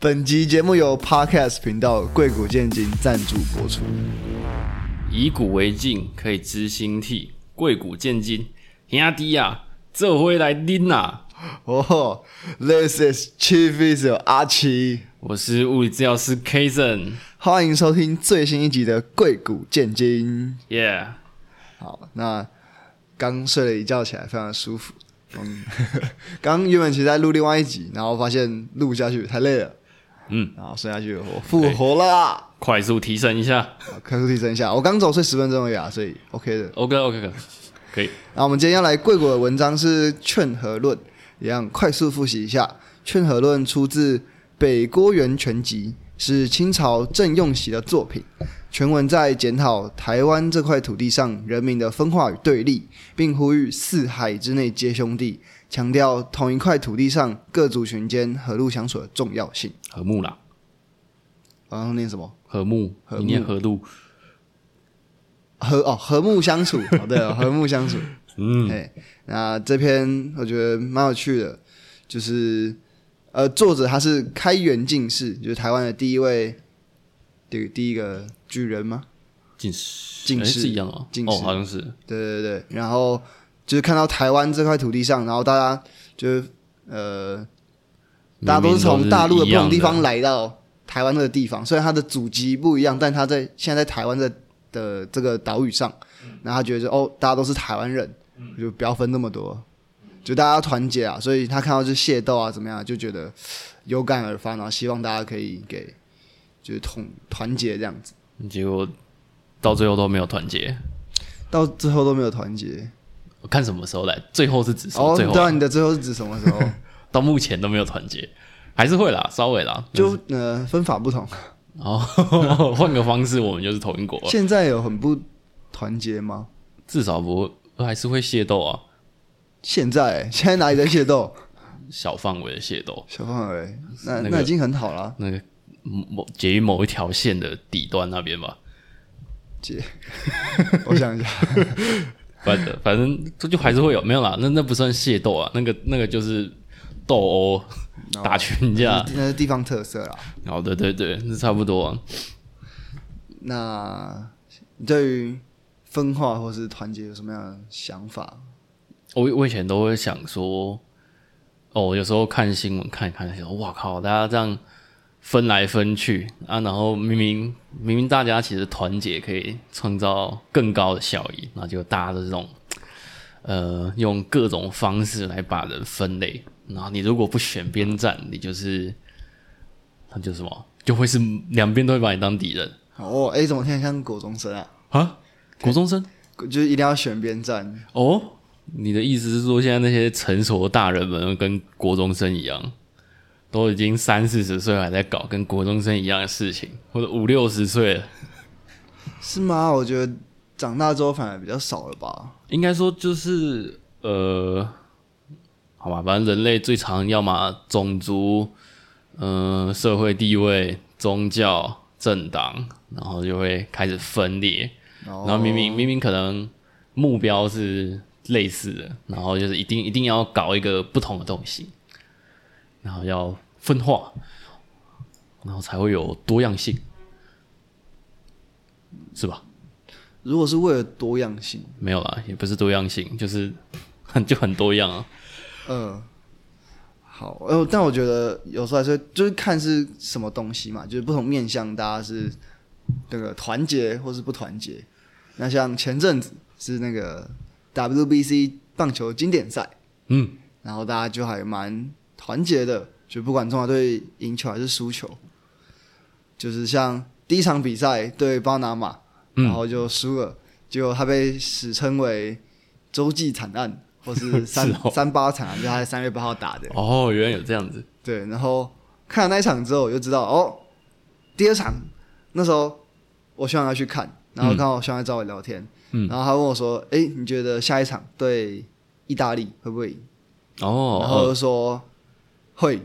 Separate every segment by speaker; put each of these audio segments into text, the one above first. Speaker 1: 本集节目由 Podcast 频道“贵谷见金”赞助播出。
Speaker 2: 以古为镜，可以知兴替。贵古见今，兄弟啊，这回来拎啊！
Speaker 1: 哦、t h i s is Chief Visual 阿奇，
Speaker 2: 我是物理治疗师 Kason，
Speaker 1: 欢迎收听最新一集的《贵谷见金》。
Speaker 2: 耶！
Speaker 1: 好，那刚睡了一觉起来，非常舒服。嗯， 刚原本其实在录另外一集，然后发现录下去太累了，
Speaker 2: 嗯，
Speaker 1: 然后睡下去我复活了啊，
Speaker 2: 快速提升一下。
Speaker 1: 好快速提升一下。我刚走睡十分钟而已啊，所以 OK 的。
Speaker 2: OK OK OK，可以。
Speaker 1: 那我们今天要来贵国的文章是《劝和论》，一样快速复习一下，《劝和论》出自《北郭源全集》，是清朝郑用锡的作品。全文在检讨台湾这块土地上人民的分化与对立，并呼吁四海之内皆兄弟，强调同一块土地上各族群间和睦相处的重要性。
Speaker 2: 和睦啦，
Speaker 1: 然后念什么？
Speaker 2: 和睦，
Speaker 1: 和睦
Speaker 2: 你念和路。
Speaker 1: 和哦，和睦相处。好的，和睦相处。
Speaker 2: 嗯，
Speaker 1: 哎，那这篇我觉得蛮有趣的，就是呃，作者他是开元进士，就是台湾的第一位，第第一个举人吗？
Speaker 2: 近视，
Speaker 1: 近视
Speaker 2: 哎是一样的吗
Speaker 1: 近？视
Speaker 2: 哦，好像是。
Speaker 1: 对对对，然后就是看到台湾这块土地上，然后大家就是呃，大家都是从大陆的不同地方
Speaker 2: 来。
Speaker 1: 来到台湾这个地方，虽然他的祖籍不一样，但他在现在在台湾的的这个岛屿上，
Speaker 2: 嗯
Speaker 1: 然后他觉得哦，大家都是台湾人，就不要分那么多，就大家要团结啊。所以他看到这械斗啊怎么样，就觉得有感而发，然后希望大家可以给就是统团结这样子，
Speaker 2: 结果到最后都没有团结。
Speaker 1: 到最后都没有团结。
Speaker 2: 我看什么时候来，最后是指什么？
Speaker 1: 哦，
Speaker 2: 最
Speaker 1: 你
Speaker 2: 后
Speaker 1: 知道你的最后是指什么 时候？
Speaker 2: 到目前都没有团结，还是会啦，稍微啦。
Speaker 1: 就呃分法不同，
Speaker 2: 哦， 换个方式，我们就是同一国了。
Speaker 1: 现在有很不团结吗？
Speaker 2: 至少不会还是会械斗啊，
Speaker 1: 现在、现在哪里在械斗？
Speaker 2: 小范围的械斗，
Speaker 1: 小范围，那
Speaker 2: 那个
Speaker 1: 那已经很好了。
Speaker 2: 那个某介于某一条线的底端那边吧。
Speaker 1: 我想一下，
Speaker 2: 反正反正这就还是会有没有啦，那那不算械斗啊，那个那个就是斗殴、打群架。
Speaker 1: 那是地方特色啦。
Speaker 2: 哦，对对对，是差不多、啊。
Speaker 1: 那你对于分化或是团结有什么样的想法？
Speaker 2: 我我以前都会想说，哦，有时候看新闻看一看，想说哇靠，大家这样分来分去啊，然后明明明明大家其实团结可以创造更高的效益，那就大家都是这种，呃，用各种方式来把人分类，然后你如果不选边站，你就是，那就是什么，就会是两边都会把你当敌人
Speaker 1: 哦，哎、怎么听起来像国中生啊？
Speaker 2: 啊，国中生。
Speaker 1: 就是一定要选边站。
Speaker 2: 哦，你的意思是说，现在那些成熟的大人们跟国中生一样，都已经三四十岁了还在搞跟国中生一样的事情，或者五六十岁了，
Speaker 1: 是吗？我觉得长大之后反而比较少了吧。
Speaker 2: 应该说就是呃，好吧，反正人类最常要么种族，嗯、社会地位、宗教、政党，然后就会开始分裂。
Speaker 1: 然
Speaker 2: 然后明明明明可能目标是类似的，然后就是一定一定要搞一个不同的东西，然后要分化，然后才会有多样性，是吧？
Speaker 1: 如果是为了多样性，
Speaker 2: 没有啦，也不是多样性，就是很就很多样啊。
Speaker 1: 嗯，好，呃，但我觉得有时候还是会就是看是什么东西嘛，就是不同面向，大家是那个团结或是不团结。那像前阵子是那个 WBC 棒球经典赛，
Speaker 2: 嗯，
Speaker 1: 然后大家就还蛮团结的，就不管中华队赢球还是输球，就是像第一场比赛对巴拿马，
Speaker 2: 嗯
Speaker 1: 然后就输了，结果他被史称为“洲际惨案”或是三
Speaker 2: 是哦
Speaker 1: 三八惨案，就他在三月八号打的。
Speaker 2: 哦，原来有这样子，
Speaker 1: 对，然后看了那一场之后，我就知道哦，第二场那时候我希望要去看，然后刚好希望找我聊天，
Speaker 2: 嗯
Speaker 1: 然后他问我说：“哎，你觉得下一场对意大利会不会赢？”然后
Speaker 2: 哦，
Speaker 1: 就说会，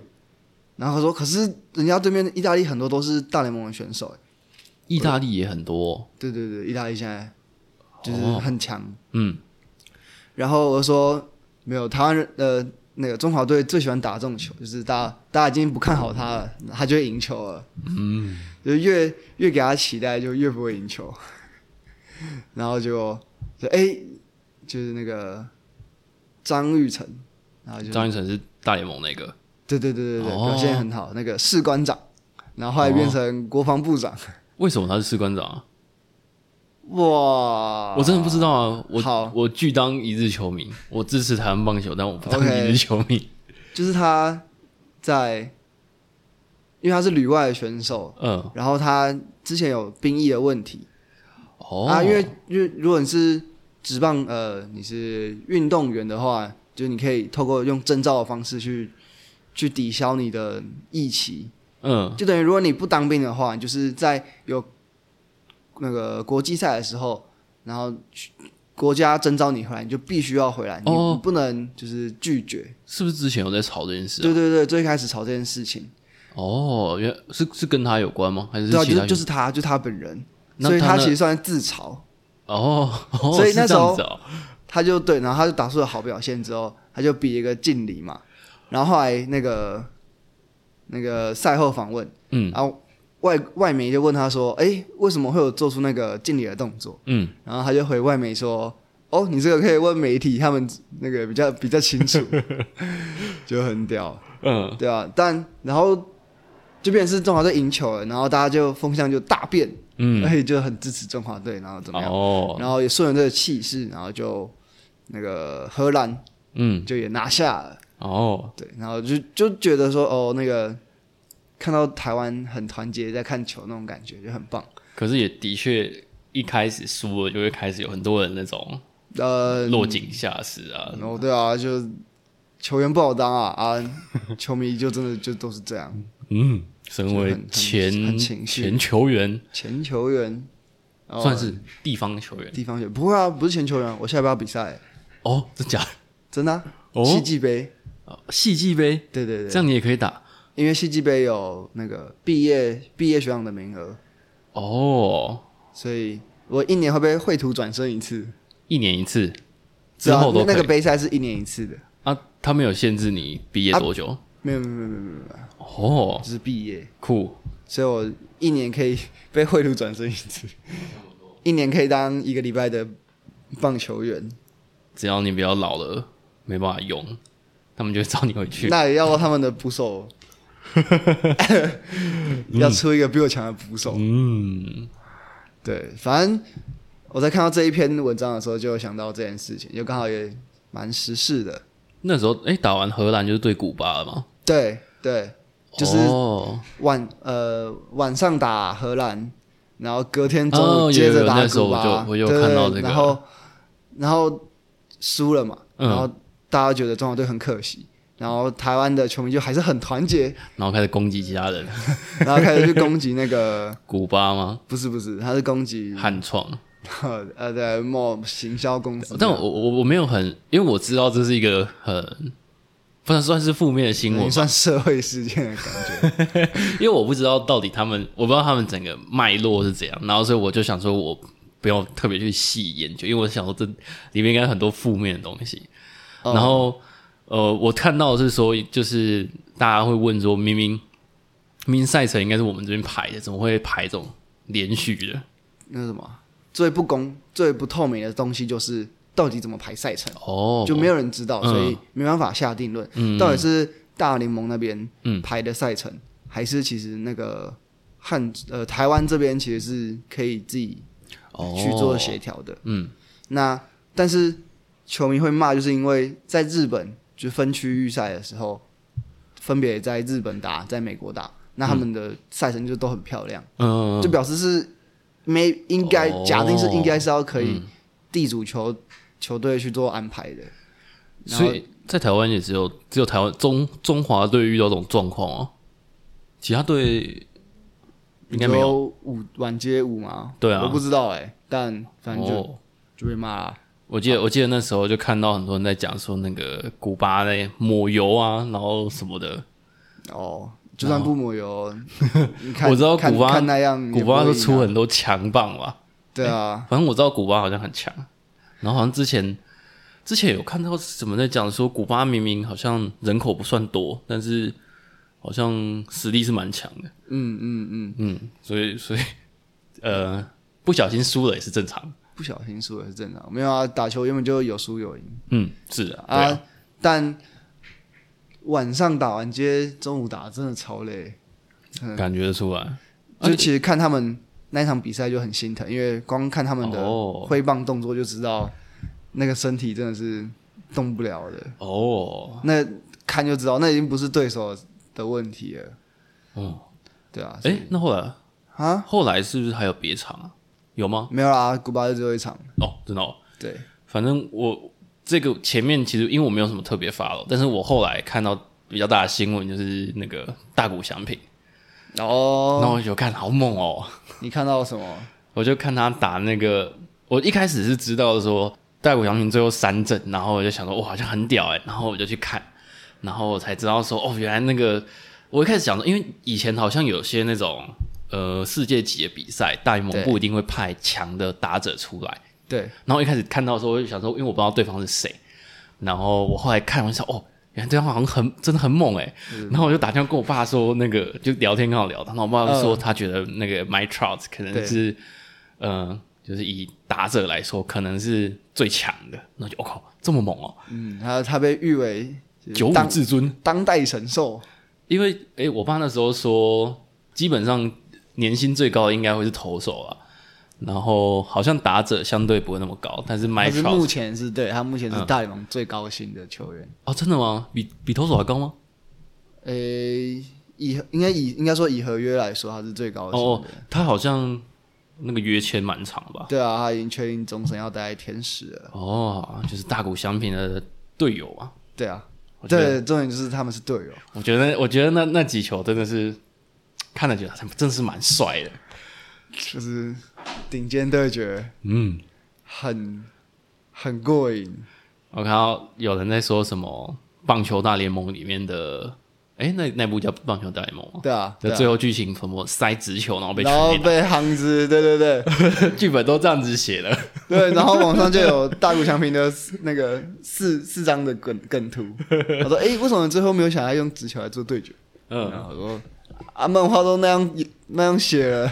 Speaker 1: 然后他说可是人家对面意大利很多都是大联盟的选手，欸
Speaker 2: 意大利也很多哦、
Speaker 1: 对对对，意大利现在就是
Speaker 2: 哦
Speaker 1: 很强。
Speaker 2: 嗯，
Speaker 1: 然后我就说没有台湾人，呃，那个中华队最喜欢打这种球，就是大家大家已经不看好他了，他就会赢球了。嗯，就越越给他期待，就越不会赢球。然后就就哎、就是那个张玉成，然后就
Speaker 2: 张玉成是大联盟那个，
Speaker 1: 对对对对对，
Speaker 2: 哦
Speaker 1: 表现很好，那个士官长，然后后来变成国防部长。
Speaker 2: 为什么他是士官长啊？
Speaker 1: 哇，
Speaker 2: 我真的不知道啊！我
Speaker 1: 好
Speaker 2: 我拒当一日球迷，我支持台湾棒球，但我不当
Speaker 1: OK
Speaker 2: 一日球迷。
Speaker 1: 就是他在，因为他是旅外的选手，
Speaker 2: 嗯，
Speaker 1: 然后他之前有兵役的问题、
Speaker 2: 哦，
Speaker 1: 啊，因为因为如果你是职棒呃你是运动员的话，就是你可以透过用征召的方式去去抵消你的役期，
Speaker 2: 嗯
Speaker 1: 就等于如果你不当兵的话，你就是在有那个国际赛的时候，然后去国家征召你回来，你就必须要回来，你
Speaker 2: 哦
Speaker 1: 你不能就是拒绝。
Speaker 2: 是不是之前有在吵这件事、啊？
Speaker 1: 对对对，最开始吵这件事情。
Speaker 2: 哦，原是是跟他有关吗？还是
Speaker 1: 对啊，
Speaker 2: 其
Speaker 1: 就
Speaker 2: 他
Speaker 1: 是就是他，就是他本人，
Speaker 2: 那
Speaker 1: 所以
Speaker 2: 他
Speaker 1: 他
Speaker 2: 呢
Speaker 1: 其实算是自嘲，
Speaker 2: 哦，哦
Speaker 1: 所以那时候
Speaker 2: 是这样子哦
Speaker 1: 他就对，然后他就打出了好表现之后，他就比一个敬礼嘛，然后后来那个那个赛后访问，
Speaker 2: 嗯
Speaker 1: 然后外外媒就问他说，哎，为什么会有做出那个敬礼的动作？
Speaker 2: 嗯，
Speaker 1: 然后他就回外媒说，哦，你这个可以问媒体，他们那个比较比较清 楚，就很屌，
Speaker 2: 嗯，
Speaker 1: 对啊，但然后就变成是中华队赢球了，然后大家就风向就大变。
Speaker 2: 嗯，
Speaker 1: 而且就很支持中华队，然后怎么样，
Speaker 2: 哦，
Speaker 1: 然后也顺着这个气势，然后就那个荷兰
Speaker 2: 嗯，
Speaker 1: 就也拿下了，
Speaker 2: 哦，
Speaker 1: 对，然后就就觉得说哦，那个看到台湾很团结在看球那种感觉就很棒，
Speaker 2: 可是也的确一开始输了就会开始有很多人那种
Speaker 1: 呃，
Speaker 2: 落井下石啊，
Speaker 1: 然后对啊，就球员不好当啊啊，球迷就真的就都是这样，
Speaker 2: 嗯，身为
Speaker 1: 就很很
Speaker 2: 前
Speaker 1: 很情绪
Speaker 2: 前球员，
Speaker 1: 前球员、哦
Speaker 2: 算是地方球员
Speaker 1: 地方球员，不会啊，不是前球员，我下礼拜要比赛，
Speaker 2: 哦，真假的？
Speaker 1: 真的、啊，
Speaker 2: 哦
Speaker 1: 戏剧杯，
Speaker 2: 哦戏剧杯，
Speaker 1: 对对对，
Speaker 2: 这样你也可以打
Speaker 1: 因为戏剧杯有那个毕业毕业学长的名额，
Speaker 2: 哦，
Speaker 1: 所以我一年会不会绘图转身一次？
Speaker 2: 一年一次，
Speaker 1: 对
Speaker 2: 之
Speaker 1: 啊
Speaker 2: 后都
Speaker 1: 那那
Speaker 2: 可
Speaker 1: 个
Speaker 2: 以
Speaker 1: 杯赛是一年一次的，
Speaker 2: 啊。他没有限制你毕业多久
Speaker 1: 没有没有没有没有没有没有，
Speaker 2: 哦，
Speaker 1: 就是毕业，
Speaker 2: 酷
Speaker 1: 所以我一年可以被绘图转身一次，一年可以当一个礼拜的棒球员，
Speaker 2: 只要你比较老了，没办法用，他们就会找你回去。
Speaker 1: 那也要他们的捕手，要出一个比我强的捕手。
Speaker 2: 嗯，
Speaker 1: 对，反正我在看到这一篇文章的时候，就有想到这件事情，就刚好也蛮时事的。
Speaker 2: 那时候哎、诶打完荷兰就是对古巴了嘛，
Speaker 1: 对对，就是
Speaker 2: 哦，
Speaker 1: 晚呃晚上打荷兰，然后隔天中
Speaker 2: 哦
Speaker 1: 午接
Speaker 2: 有有
Speaker 1: 着
Speaker 2: 有
Speaker 1: 打
Speaker 2: 那时候
Speaker 1: 古
Speaker 2: 我就
Speaker 1: 巴，
Speaker 2: 我就
Speaker 1: 对
Speaker 2: 看到
Speaker 1: 对
Speaker 2: 这个
Speaker 1: 然后然后输了嘛，
Speaker 2: 嗯
Speaker 1: 然后大家觉得中国队很可惜，然后台湾的球迷就还是很团结，
Speaker 2: 然后开始攻击其他人，
Speaker 1: 然后开始去攻击那个
Speaker 2: 古巴吗？
Speaker 1: 不是不是，他是攻击
Speaker 2: 汉创，
Speaker 1: 呃对某行销公司，
Speaker 2: 但我我我没有很，因为我知道这是一个很，不能算是负面的新闻
Speaker 1: 也
Speaker 2: 吧，
Speaker 1: 算社会事件的感觉。
Speaker 2: 因为我不知道到底他们，我不知道他们整个脉络是怎样，然后所以我就想说，我不用特别去细研究，因为我想说这里面应该有很多负面的东西。
Speaker 1: 哦
Speaker 2: 然后呃，我看到的是说，就是大家会问说，明明明明赛程应该是我们这边排的，怎么会排这种连续的？
Speaker 1: 那是什么最不公、最不透明的东西，就是到底怎么排赛程。
Speaker 2: 哦，
Speaker 1: 就没有人知道，
Speaker 2: 嗯
Speaker 1: 所以没办法下定论，到底是大联盟那边
Speaker 2: 嗯
Speaker 1: 排的赛程，还是其实那个汉呃台湾这边其实是可以自己
Speaker 2: 哦
Speaker 1: 去做协调的。
Speaker 2: 嗯，
Speaker 1: 那但是球迷会骂，就是因为在日本就分区预赛的时候，分别在日本打，在美国打，那他们的赛程就都很漂亮，
Speaker 2: 嗯，
Speaker 1: 就表示是没应该、
Speaker 2: 哦嗯
Speaker 1: 假定是应该是要可以地主球球队去做安排的。然后
Speaker 2: 所以在台湾也只有只有台湾中中华队遇到这种状况哦，其他队应该没有。哦
Speaker 1: 有五晚街舞吗？
Speaker 2: 对啊
Speaker 1: 我不知道哎、但反正就、
Speaker 2: 哦，
Speaker 1: 就被骂啦。
Speaker 2: 我记得我记得那时候就看到很多人在讲说那个古巴嘞抹油啊，然后什么的。
Speaker 1: 哦，就算不抹油，你看
Speaker 2: 我知道
Speaker 1: 看
Speaker 2: 古巴
Speaker 1: 看那样也不会
Speaker 2: 古
Speaker 1: 赢啊，
Speaker 2: 巴都出很多强棒吧，
Speaker 1: 对啊，
Speaker 2: 哎反正我知道古巴好像很强。然后好像之前之前有看到什么在讲说，古巴明明好像人口不算多，但是好像实力是蛮强的。
Speaker 1: 嗯嗯嗯，
Speaker 2: 嗯，所以所以呃，不小心输了也是正常。
Speaker 1: 不小心输也是正常，没有啊，打球原本就有输有赢
Speaker 2: 嗯，是啊，对
Speaker 1: 啊，
Speaker 2: 啊
Speaker 1: 但晚上打完街，中午打真的超累，嗯
Speaker 2: 感觉得出来。
Speaker 1: 就其实看他们那一场比赛就很心疼，因为光看他们的
Speaker 2: 哦
Speaker 1: 挥棒动作就知道那个身体真的是动不了的，
Speaker 2: 哦，
Speaker 1: 那看就知道那已经不是对手的问题了，
Speaker 2: 嗯，
Speaker 1: 对啊，
Speaker 2: 哎、那后来
Speaker 1: 啊
Speaker 2: 后来是不是还有别场啊？有吗？
Speaker 1: 没有啦，古巴就最后一场，
Speaker 2: 哦，真的哦。
Speaker 1: 对，
Speaker 2: 反正我这个前面其实因为我没有什么特别发了，但是我后来看到比较大的新闻就是那个大谷翔平，
Speaker 1: 然后
Speaker 2: 那我就看好猛
Speaker 1: 哦
Speaker 2: 哦，
Speaker 1: 你看到什么？
Speaker 2: 我就看他打那个，我一开始是知道说大谷翔平最后三振，然后我就想说哇好像很屌哎、然后我就去看，然后我才知道说哦原来那个我一开始想说，因为以前好像有些那种呃世界级的比赛，大联盟
Speaker 1: 对
Speaker 2: 不一定会派强的打者出来。
Speaker 1: 对，
Speaker 2: 然后一开始看到的时候，我就想说，因为我不知道对方是谁。然后我后来看，我就想，哦，原来对方好像很真的很猛哎、
Speaker 1: 嗯
Speaker 2: 然后我就打电话跟我爸说，那个就聊天刚好聊到，然后我爸就说他觉得那个 My Trout 可能
Speaker 1: 对
Speaker 2: 是，呃，就是以打者来说，可能是最强的。那就我、靠，这么猛哦，
Speaker 1: 嗯，他他被誉为
Speaker 2: 九五
Speaker 1: 当
Speaker 2: 至尊。
Speaker 1: 嗯当代神兽，
Speaker 2: 因为哎，我爸那时候说，基本上年薪最高的应该会是投手啊。然后好像打者相对不会那么高，但是
Speaker 1: 他
Speaker 2: My 嗯
Speaker 1: 是目
Speaker 2: Trout
Speaker 1: 前是对他目前是大联盟最高薪的球员。
Speaker 2: 哦，真的吗？比比投手还高吗？
Speaker 1: 诶、以应该以应该说以合约来说，他是最高薪的。
Speaker 2: 哦，他好像那个约签蛮长吧？
Speaker 1: 对啊，他已经确定终身要待在天使了。
Speaker 2: 哦，就是大谷翔平的队友啊。
Speaker 1: 对啊，
Speaker 2: 我觉得，
Speaker 1: 对，重点就是他们是队友。
Speaker 2: 我觉得，我觉得那那几球真的是看了觉得真的是蛮帅的。
Speaker 1: 就是顶尖对决，
Speaker 2: 嗯，
Speaker 1: 很很过瘾。
Speaker 2: 我看到有人在说什么棒球大联盟里面的，哎、那那部叫棒球大联盟吗？
Speaker 1: 对啊，对
Speaker 2: 就
Speaker 1: 啊
Speaker 2: 最后剧情什么塞直球，然后被全
Speaker 1: 然后
Speaker 2: 垒打，
Speaker 1: 被杭子，对对对
Speaker 2: 剧本都这样子写的。
Speaker 1: 对，然后网上就有大谷翔平的那个四四张的梗梗图。我说，诶，为什么最后没有想要用直球来做对决？
Speaker 2: 嗯，
Speaker 1: 然后我说，啊，漫画都那样那样写了。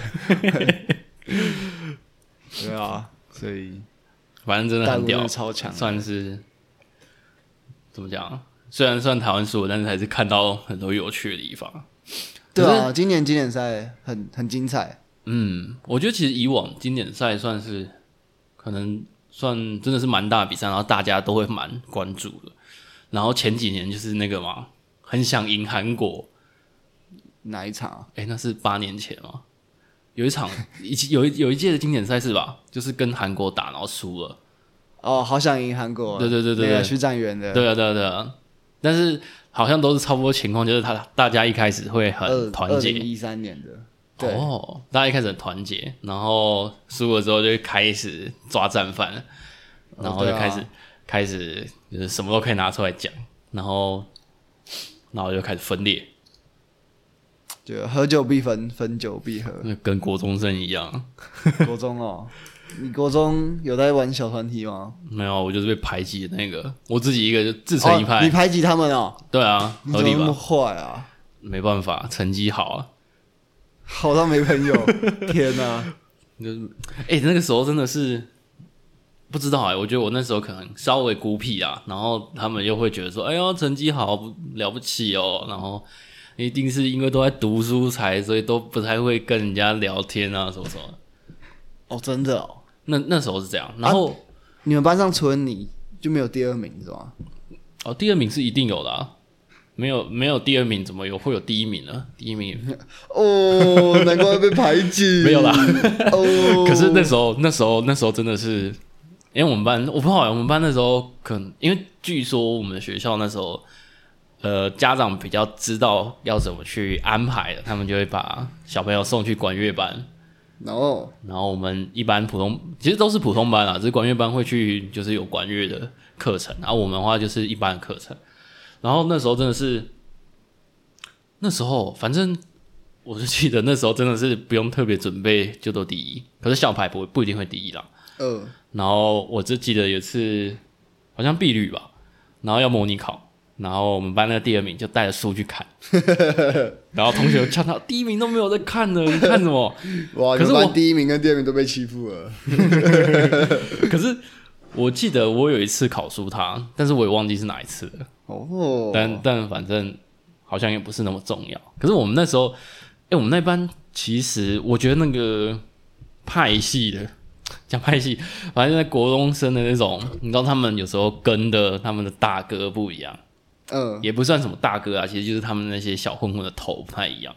Speaker 1: 对啊，所以
Speaker 2: 反正真的
Speaker 1: 大
Speaker 2: 很
Speaker 1: 陆真
Speaker 2: 屌
Speaker 1: 的，超强的
Speaker 2: 算是怎么讲啊？虽然算台湾输了，但是还是看到很多有趣的地方。
Speaker 1: 对啊，今年经典赛很很精彩。
Speaker 2: 嗯，我觉得其实以往经典赛算是可能算真的是蛮大的比赛，然后大家都会蛮关注的。然后前几年就是那个嘛，很想赢韩国，
Speaker 1: 哪一场啊？
Speaker 2: 诶，那是八年前吗？有一场一起有一 有一届的经典赛是吧？就是跟韩国打，然后输了。
Speaker 1: 哦，好想赢韩国。
Speaker 2: 对对对对
Speaker 1: 那个
Speaker 2: 对
Speaker 1: 徐展元的。
Speaker 2: 对啊，对啊，对啊。但是好像都是差不多情况，就是他大家一开始会
Speaker 1: 二
Speaker 2: 很团结，
Speaker 1: 一三年的，对，
Speaker 2: 哦，大家一开始很团结，然后输了之后就开始抓战犯，
Speaker 1: 哦
Speaker 2: 然后
Speaker 1: 对
Speaker 2: 就
Speaker 1: 啊
Speaker 2: 开始、开始就是什么都可以拿出来讲，然后然后就开始分裂，
Speaker 1: 就合久必分，分久必 合。
Speaker 2: 那跟国中生一样。
Speaker 1: 国中哦，你国中有在玩小团体吗？
Speaker 2: 没有，啊我就是被排挤的那个，我自己一个就自成一
Speaker 1: 哦
Speaker 2: 派。
Speaker 1: 你排挤他们哦，
Speaker 2: 对啊，
Speaker 1: 你
Speaker 2: 合
Speaker 1: 怎么
Speaker 2: 理
Speaker 1: 那么
Speaker 2: 吧？
Speaker 1: 坏啊？
Speaker 2: 没办法，成绩好啊。
Speaker 1: 好到没朋友， 天哪、
Speaker 2: 哎、那个时候真的是不知道哎、我觉得我那时候可能稍微孤僻啊，然后他们又会觉得说，哎呦，成绩好不了不起哦，然后一定是因为都在读书才，所以都不太会跟人家聊天啊，什么什么的。
Speaker 1: 哦，真的哦，
Speaker 2: 那那时候是这样，然后、
Speaker 1: 你们班上除了你就没有第二名是吗？
Speaker 2: 哦，第二名是一定有的、啊，没有没有第二名怎么有会有第一名呢？第一名
Speaker 1: 哦，难怪被排挤。
Speaker 2: 没有啦，
Speaker 1: 哦，
Speaker 2: 可是那时候，那时候，那时候真的是，因为我们班我不好，我们班那时候可能因为据说我们学校那时候，呃，家长比较知道要怎么去安排的，他们就会把小朋友送去管乐班，
Speaker 1: 然后
Speaker 2: 然后我们一般普通其实都是普通班啊，只是管乐班会去就是有管乐的课程，然后我们的话就是一般的课程。然后那时候真的是，那时候反正我就记得那时候真的是不用特别准备就都第一，可是校排不不一定会第一啦。
Speaker 1: 呃，
Speaker 2: 然后我只记得有一次好像碧旅吧，然后要模拟考，然后我们班那个第二名就带着书去看， 然后同学就呛他第一名都没有在看呢，你看什么？
Speaker 1: 哇，
Speaker 2: 可是
Speaker 1: 你们班
Speaker 2: 我
Speaker 1: 第一名跟第二名都被欺负了，
Speaker 2: 可是我记得我有一次考输他，但是我也忘记是哪一次了。
Speaker 1: 哦，
Speaker 2: 但但反正好像也不是那么重要。可是我们那时候，哎、我们那班其实我觉得那个派系的，讲派系，反正在国中生的那种，你知道他们有时候跟的他们的大哥不一样，
Speaker 1: 嗯，
Speaker 2: 也不算什么大哥啊，其实就是他们那些小混混的头不太一样。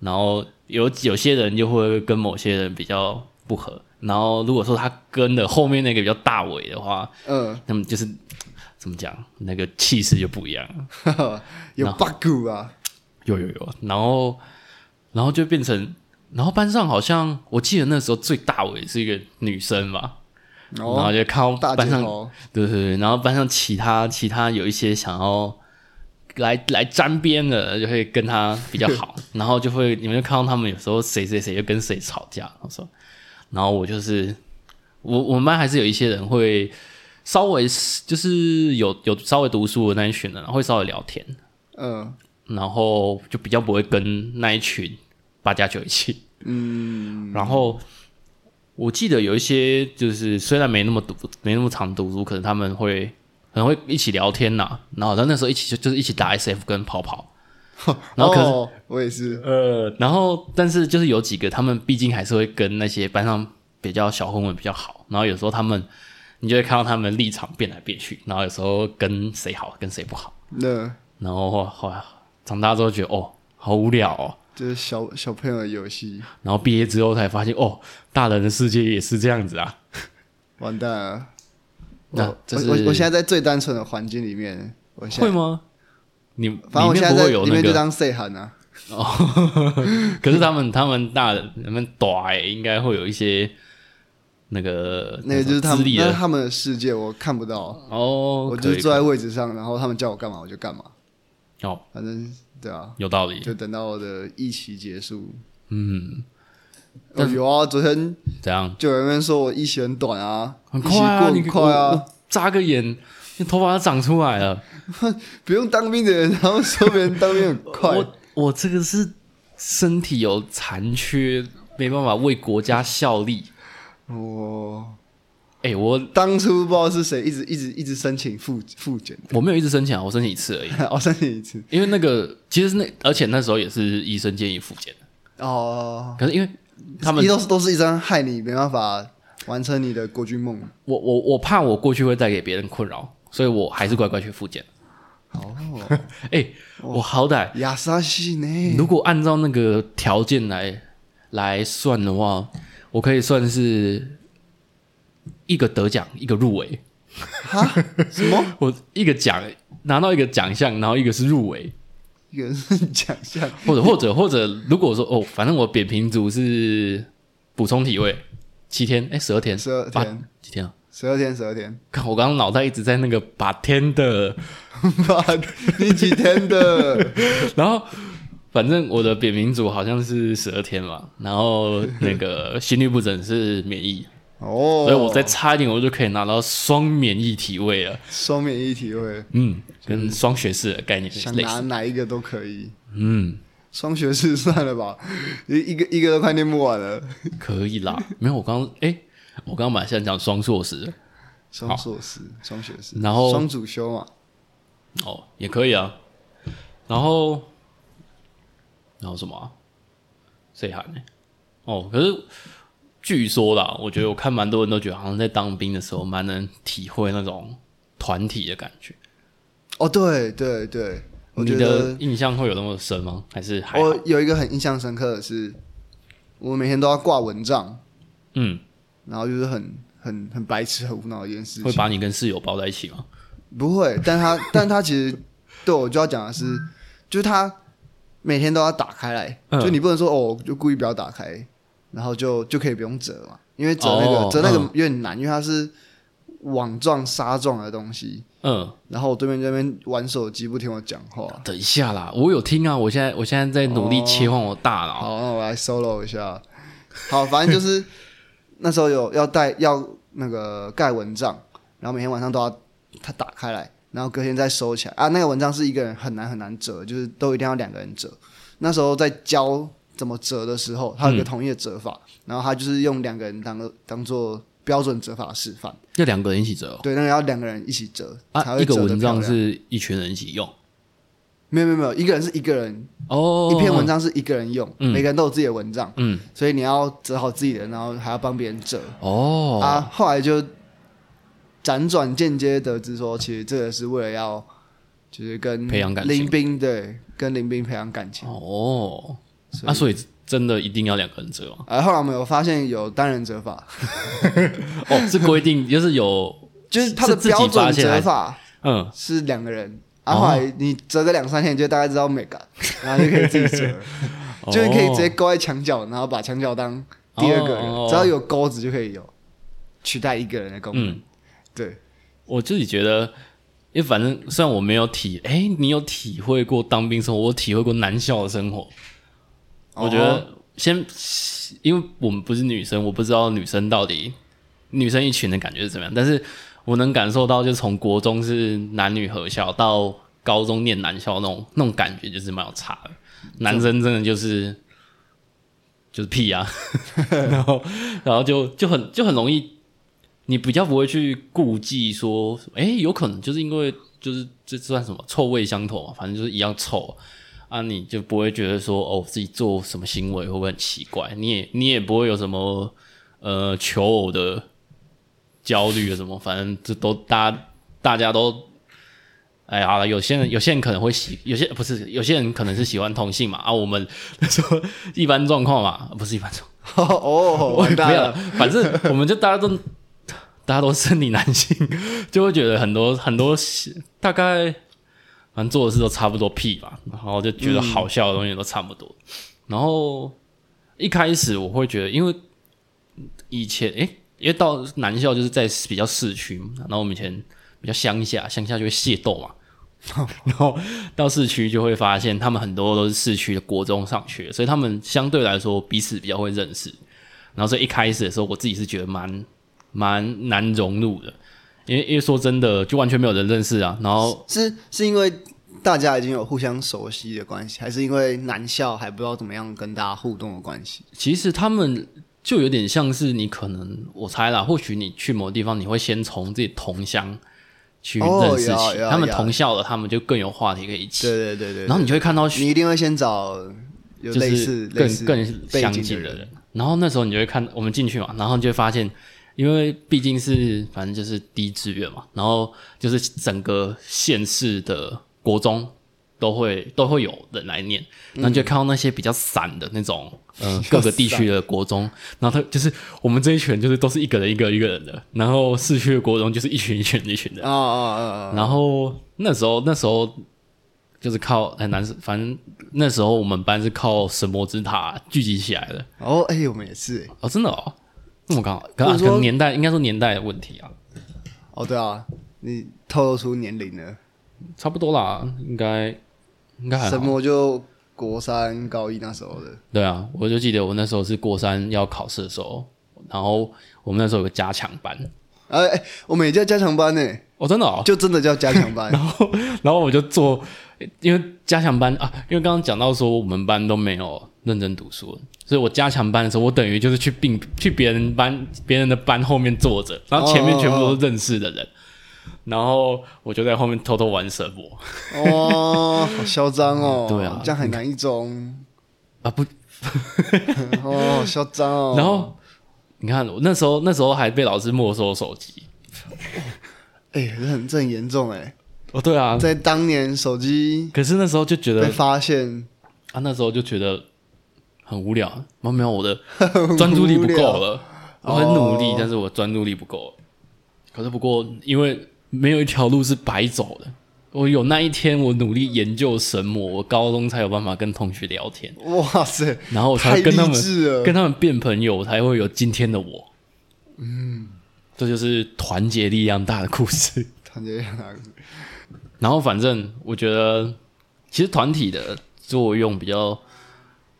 Speaker 2: 然后有有些人就会跟某些人比较不合，然后如果说他跟的后面那个比较大尾的话，
Speaker 1: 嗯，
Speaker 2: 那么就是怎么讲，那个气势就不一样。
Speaker 1: 哈哈 有 bug 啊，
Speaker 2: 有有有，然后然后就变成，然后班上好像我记得那时候最大尾是一个女生吧，
Speaker 1: 然
Speaker 2: 然后
Speaker 1: 后
Speaker 2: 就看到
Speaker 1: 哦大
Speaker 2: 班
Speaker 1: 姐
Speaker 2: 上，
Speaker 1: 头，
Speaker 2: 对对对，然后班上其他其他有一些想要来来沾边的，就会跟他比较好，然后就会你们就看到他们有时候谁谁谁又跟谁吵架，我说，然后我就是我我们班还是有一些人会稍微就是有有稍微读书的那一群人会稍微聊天，
Speaker 1: 嗯
Speaker 2: 然后就比较不会跟那一群八加九一起。嗯，然后我记得有一些就是虽然没那么读，没那么常读书，可能他们会可能会一起聊天呐、然后好像那时候一起就就是一起打 SF 跟跑跑。然后可是
Speaker 1: 哦，我也是，
Speaker 2: 呃，然后但是就是有几个，他们毕竟还是会跟那些班上比较小混混比较好，然后有时候他们你就会看到他们立场变来变去，然后有时候跟谁好跟谁不好，
Speaker 1: 那
Speaker 2: 然后后后来长大之后觉得哦好无聊哦，
Speaker 1: 就是小小朋友的游戏，
Speaker 2: 然后毕业之后才发现，哦，大人的世界也是这样子啊。
Speaker 1: 完蛋了。
Speaker 2: 那
Speaker 1: 我
Speaker 2: 这
Speaker 1: 我
Speaker 2: 是
Speaker 1: 我我现在在最单纯的环境里面，我现
Speaker 2: 会
Speaker 1: 在
Speaker 2: 吗？你
Speaker 1: 反正我
Speaker 2: 里
Speaker 1: 现
Speaker 2: 面
Speaker 1: 在
Speaker 2: 不
Speaker 1: 在
Speaker 2: 会有
Speaker 1: 里
Speaker 2: 那
Speaker 1: 面就
Speaker 2: 个，
Speaker 1: 当 say 喊啊，
Speaker 2: 可是他们他们大人他们短、欸、应该会有一些那个
Speaker 1: 那个就是他
Speaker 2: 资
Speaker 1: 们
Speaker 2: 历
Speaker 1: 那是
Speaker 2: 的
Speaker 1: 他们的世界，我看不到，
Speaker 2: 哦，
Speaker 1: 我
Speaker 2: 可
Speaker 1: 就
Speaker 2: 以
Speaker 1: 是坐在位置上，然后他们叫我干嘛我就干嘛，
Speaker 2: 哦，
Speaker 1: 反正对啊，
Speaker 2: 有道理，
Speaker 1: 就等到我的疫期结束。
Speaker 2: 嗯，
Speaker 1: 哦，有啊，昨天
Speaker 2: 这样
Speaker 1: 就有人说我一期很短啊，
Speaker 2: 很
Speaker 1: 一期
Speaker 2: 快
Speaker 1: 过
Speaker 2: 啊，你
Speaker 1: 很快
Speaker 2: 我
Speaker 1: 啊，
Speaker 2: 我眨个眼，你头发都长出来了，
Speaker 1: 不用当兵的人，然后说别人当兵很快，
Speaker 2: 我我这个是身体有残缺，没办法为国家效力。
Speaker 1: 我
Speaker 2: 哎、我
Speaker 1: 当初不知道是谁一直一直一直申请复复 检，
Speaker 2: 我没有一直申请啊，我申请一次而已。
Speaker 1: 哦，申请一次
Speaker 2: 因为那个其实是那而且那时候也是医生建议复健的，
Speaker 1: 哦，
Speaker 2: 可是因为他们
Speaker 1: 一都是都是一张害你没办法完成你的国军梦
Speaker 2: 我我我怕我过去会带给别人困扰，所以我还是乖乖去复健。
Speaker 1: 哦，
Speaker 2: 哎、我好歹
Speaker 1: 亚沙西呢？
Speaker 2: 如果按照那个条件来来算的话，我可以算是一个得奖，一个入围。
Speaker 1: 哈？什么？
Speaker 2: 我一个奖拿到一个奖项，然后一个是入围，
Speaker 1: 一个是奖项
Speaker 2: 或者或者或者，如果说哦，反正我扁平足是补充体位七天，哎，十二天，
Speaker 1: 12
Speaker 2: 八
Speaker 1: 天
Speaker 2: 几天啊？
Speaker 1: 十二天，十二天，
Speaker 2: 看，我刚刚脑袋一直在那个把天的，
Speaker 1: 妈，你几天的？
Speaker 2: 然后反正我的扁平足好像是十二天嘛，然后那个心律不整是免疫，
Speaker 1: 哦，
Speaker 2: 所以我再差一点，我就可以拿到双免疫体位了。
Speaker 1: 双免一体位，
Speaker 2: 嗯，跟双学士的概念
Speaker 1: 想
Speaker 2: 类
Speaker 1: 拿
Speaker 2: 似。
Speaker 1: 哪一个都可以。
Speaker 2: 嗯，
Speaker 1: 双学士算了吧，一一个一个都快念不完了。
Speaker 2: 可以啦。没有，我刚哎、我刚刚本来想讲双硕士
Speaker 1: 双硕士、双学士，
Speaker 2: 然后
Speaker 1: 双主修嘛，
Speaker 2: 哦，也可以啊。然后然后什么、啊？谁喊呢？哦，可是据说啦，我觉得我看蛮多人都觉得，好像在当兵的时候蛮能体会那种团体的感觉。
Speaker 1: 哦，对对对，我觉
Speaker 2: 你
Speaker 1: 得
Speaker 2: 的印象会有那么深吗？还是还好
Speaker 1: 我有一个很印象深刻的是，我每天都要挂蚊帐，
Speaker 2: 嗯，
Speaker 1: 然后就是很很很白痴、很无脑的一件事
Speaker 2: 会
Speaker 1: 情。
Speaker 2: 把你跟室友抱在一起吗？
Speaker 1: 不会，但他 但他其实对我就要讲的是，就是他每天都要打开来，
Speaker 2: 嗯
Speaker 1: 就你不能说哦，我就故意不要打开，然后就就可以不用折嘛，因为折那个、
Speaker 2: 哦
Speaker 1: 折那个
Speaker 2: 嗯
Speaker 1: 有点难，因为它是网状、纱状的东西。
Speaker 2: 嗯，
Speaker 1: 然后我对面这边玩手机，不听我讲话。
Speaker 2: 等一下啦，我有听啊，我现在我现在在努力切换我大脑。
Speaker 1: 好，那我来 solo 一下。好，反正就是那时候有要带要那个盖蚊帐，然后每天晚上都要它打开来，然后隔天再收起来啊。那个文章是一个人很难很难折，就是都一定要两个人折。那时候在教怎么折的时候，它
Speaker 2: 嗯
Speaker 1: 有一个统一的折法，然后他就是用两个人当当做标准折法示范。
Speaker 2: 要两个人一起折哦
Speaker 1: 对，那个要两个人一起折、才
Speaker 2: 啊，
Speaker 1: 会
Speaker 2: 一个
Speaker 1: 折得
Speaker 2: 文
Speaker 1: 漂
Speaker 2: 章
Speaker 1: 亮
Speaker 2: 是一群人一起用
Speaker 1: 没有没有没有，一个人是一个人，
Speaker 2: 哦，
Speaker 1: 一篇文章是一个人用，
Speaker 2: 嗯
Speaker 1: 每个人都有自己的文章，
Speaker 2: 嗯
Speaker 1: 所以你要折好自己的，然后还要帮别人折。
Speaker 2: 哦
Speaker 1: 啊，后来就辗转间接得知说，其实这个是为了要，就是跟
Speaker 2: 培养感情
Speaker 1: 林兵对，跟林兵培养感情。
Speaker 2: 哦，啊，所以真的一定要两个人折吗？
Speaker 1: 啊，后来我们有发现有单人折法，
Speaker 2: 哦，是 规定，就是有
Speaker 1: 就是它的
Speaker 2: 是自己
Speaker 1: 标准
Speaker 2: 发现还哦
Speaker 1: 折
Speaker 2: 是
Speaker 1: 法
Speaker 2: 嗯，
Speaker 1: 是两个人。啊，后来你折个两三天，你就大概知道美感，然后就可以自己折了， 就你可以直
Speaker 2: 哦
Speaker 1: 接勾在墙角，然后把墙角当第二个人，
Speaker 2: 哦哦哦
Speaker 1: 只要有钩子就可以有取代一个人的功能。
Speaker 2: 嗯，
Speaker 1: 对，
Speaker 2: 我自己觉得，因为反正虽然我没有体，哎、你有体会过当兵生活，我体会过男校的生活。我觉
Speaker 1: 哦
Speaker 2: 得先，因为我们不是女生，我不知道女生到底女生一群的感觉是怎么样，但是我能感受到，就是从国中是男女合校到高中念男校那种那种感觉，就是蛮有差的。男生真的就是就是屁 啊，然后然后就就很就很容易，你比较不会去顾忌说，哎、有可能就是因为就是这算什么臭味相投嘛，反正就是一样臭啊，你就不会觉得说哦自己做什么行为会不会很奇怪，你也你也不会有什么呃求偶的焦虑啊什么，反正这都大家大家都。哎呀，好了，有些人有些人可能会喜，有些不是，有些人可能是喜欢同性嘛啊，我们 说一般状况嘛，不是一般状况。
Speaker 1: 哦，
Speaker 2: 我也
Speaker 1: 完
Speaker 2: 不
Speaker 1: 蛋
Speaker 2: 要
Speaker 1: 了，，
Speaker 2: 反正我们就大家都大家都生理男性， 就会觉得很多很多大概反正做的事都差不多屁吧，然后就觉得好笑的东西都差不多。然后一开始我会觉得，因为以前诶、因为到男校就是在比较市区嘛，然后我们以前比较乡下，乡下就会械斗嘛。 然后到市区就会发现，他们很多都是市区的国中上学，所以他们相对来说彼此比较会认识。然后所以一开始的时候，我自己是觉得蛮蛮难融入的，因为因为说真的，就完全没有人认识啊。然后
Speaker 1: 是是因为大家已经有互相熟悉的关系，还是因为男校还不知道怎么样跟大家互动的关系？
Speaker 2: 其实他们就有点像是你可能我猜啦，或许你去某地方，你会先从自己同乡去
Speaker 1: 哦
Speaker 2: 认识起，
Speaker 1: 呀呀
Speaker 2: 他们
Speaker 1: 呀
Speaker 2: 同校的，他们就更有话题可以一起。
Speaker 1: 对对对对，
Speaker 2: 然后你就会看到
Speaker 1: 你一定会先找有
Speaker 2: 就
Speaker 1: 类
Speaker 2: 是
Speaker 1: 似类
Speaker 2: 更
Speaker 1: 似
Speaker 2: 更
Speaker 1: 背
Speaker 2: 相
Speaker 1: 景
Speaker 2: 近
Speaker 1: 的
Speaker 2: 的人。然后那时候你就会看我们进去嘛，然后你就会发现，因为毕竟是反正就是低志愿嘛，然后就是整个县市的国中都会都会有人来念，然后
Speaker 1: 嗯
Speaker 2: 你就看到那些比较散的那种，嗯、各个地区的国中，然后他就是我们这一群就是都是一个人一个一个人的，然后市区的国中就是一群一群一群的，
Speaker 1: 啊啊啊！
Speaker 2: 然后那时候那时候就是靠很难，反正那时候我们班是靠神魔之塔聚集起来的。
Speaker 1: 哦，哎，我们也是，哎
Speaker 2: 哦，真的哦，那么刚好，
Speaker 1: 或
Speaker 2: 可
Speaker 1: 者说
Speaker 2: 能年代应该说年代的问题啊，
Speaker 1: 哦，对啊，你透露出年龄了，
Speaker 2: 差不多啦，应该应该还
Speaker 1: 什
Speaker 2: 好。
Speaker 1: 么就国三高一那时候的，
Speaker 2: 对啊，我就记得我那时候是过三要考试的时候，然后我们那时候有个加强班。
Speaker 1: 哎哎，我们也叫加强班呢，
Speaker 2: 哦，真的哦，
Speaker 1: 就真的叫加强班，
Speaker 2: 然后我就做，因为加强班啊，因为刚刚讲到说我们班都没有认真读书，所以我加强班的时候，我等于就是去并去别人班别人的班后面坐着，然后前面全部都是认识的人，然后我就在后面偷偷玩神魔
Speaker 1: 哦，好嚣张哦，
Speaker 2: 对啊
Speaker 1: 这样很难一中，
Speaker 2: 啊不，
Speaker 1: 哦， 好嚣张哦，
Speaker 2: 然后你看我那时候那时候还被老师没收手机，
Speaker 1: 哎，这很这很严重哎。
Speaker 2: 哦对啊，
Speaker 1: 在当年手机
Speaker 2: 可是那时候就觉得
Speaker 1: 被发现，
Speaker 2: 啊那时候就觉得很无聊，没有没有我的专注力不 够了，我很努力，
Speaker 1: 哦
Speaker 2: 但是我专注力不够。可是不过，因为没有一条路是白走的，我有那一天我努力研究神魔，我高中才有办法跟同学聊天，
Speaker 1: 哇塞，
Speaker 2: 然后我哦才
Speaker 1: 太
Speaker 2: 会跟他
Speaker 1: 励
Speaker 2: 们
Speaker 1: 志了，
Speaker 2: 跟他们变朋友，我才会有今天的我。嗯，
Speaker 1: 嗯
Speaker 2: 这就是团结力量大的故事。
Speaker 1: 团结啊
Speaker 2: 然后反正我觉得，其实团体的作用比较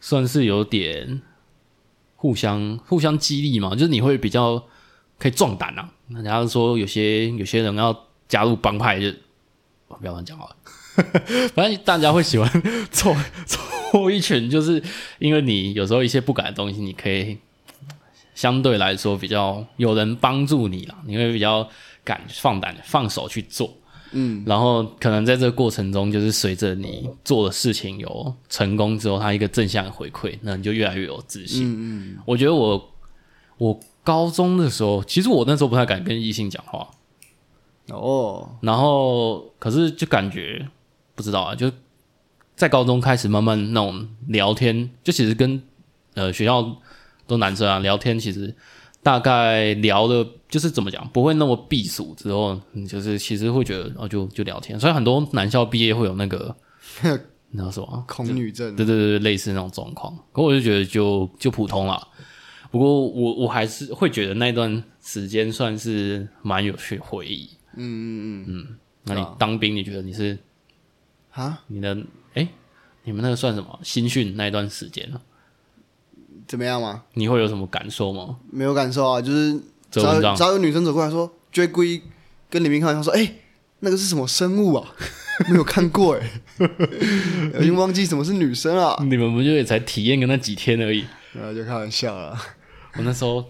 Speaker 2: 算是有点互相互相激励嘛，就是你会比较可以壮胆啊。人家说有些有些人要加入帮派就，哦不要乱讲好了。反正大家会喜欢 凑凑一群，就是因为你有时候一些不敢的东西，你可以相对来说比较有人帮助你啦，你会比较敢放胆放手去做。嗯，然后可能在这个过程中，就是随着你做的事情有成功之后，它一个正向的回馈，那你就越来越有自信。嗯嗯，我觉得我我高中的时候，其实我那时候不太敢跟异性讲话，
Speaker 1: 哦，
Speaker 2: 然后可是就感觉不知道啊，就在高中开始慢慢那种聊天，就其实跟呃学校都男生啊聊天，其实大概聊的就是怎么讲，不会那么避暑。之后你就是其实会觉得哦，就就聊天。所以很多男校毕业会有那个那叫什么啊
Speaker 1: 恐女症，
Speaker 2: 对对对，对类似那种状况。可我就觉得就就普通啦。不过我我还是会觉得那段时间算是蛮有趣的回忆。嗯嗯嗯嗯。那
Speaker 1: 是
Speaker 2: 你当兵，你觉得你是
Speaker 1: 啊？
Speaker 2: 你的哎、你们那个算什么新训那一段时间呢？啊
Speaker 1: 怎么样嘛？
Speaker 2: 你会有什么感受吗？
Speaker 1: 没有感受啊，就是只
Speaker 2: 这
Speaker 1: 要
Speaker 2: 文章
Speaker 1: 只要有女生走过来说，就会故意跟李明开玩笑说：“哎、那个是什么生物啊？ 没有看过哎、 我已经忘记什么是女生啊了。
Speaker 2: 你们不就也才体验个那几天而已？”
Speaker 1: 然后就开玩笑了。
Speaker 2: 我那时候，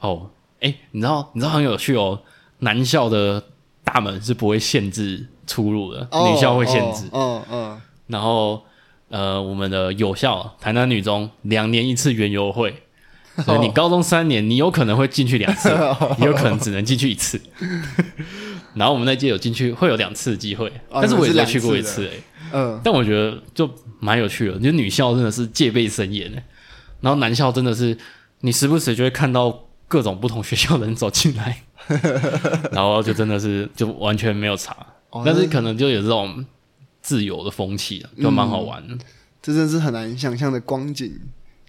Speaker 2: 哦，哎、你知道，你知道很有趣哦。男校的大门是不会限制出入的，
Speaker 1: 哦
Speaker 2: 女校会限制。
Speaker 1: 哦哦
Speaker 2: 然后，呃，我们的有校台南女中两年一次园 游会，所以
Speaker 1: 哦
Speaker 2: 你高中三年，你有可能会进去两次，也有可能只能进去一次。 然后我们那届有进去，会有两次机会，
Speaker 1: 哦
Speaker 2: 但是我也只有去过
Speaker 1: 你
Speaker 2: 一
Speaker 1: 们是
Speaker 2: 次、哎。
Speaker 1: 嗯嗯，
Speaker 2: 但我觉得就蛮有趣的，就女校真的是戒备森严的，然后男校真的是你时不时就会看到各种不同学校的人走进 来，然后就真的是就完全没有查，
Speaker 1: 哦
Speaker 2: 但是
Speaker 1: 那
Speaker 2: 可能就有这种自由的风气啊，就蛮好玩的。
Speaker 1: 这真是很难想象的光景，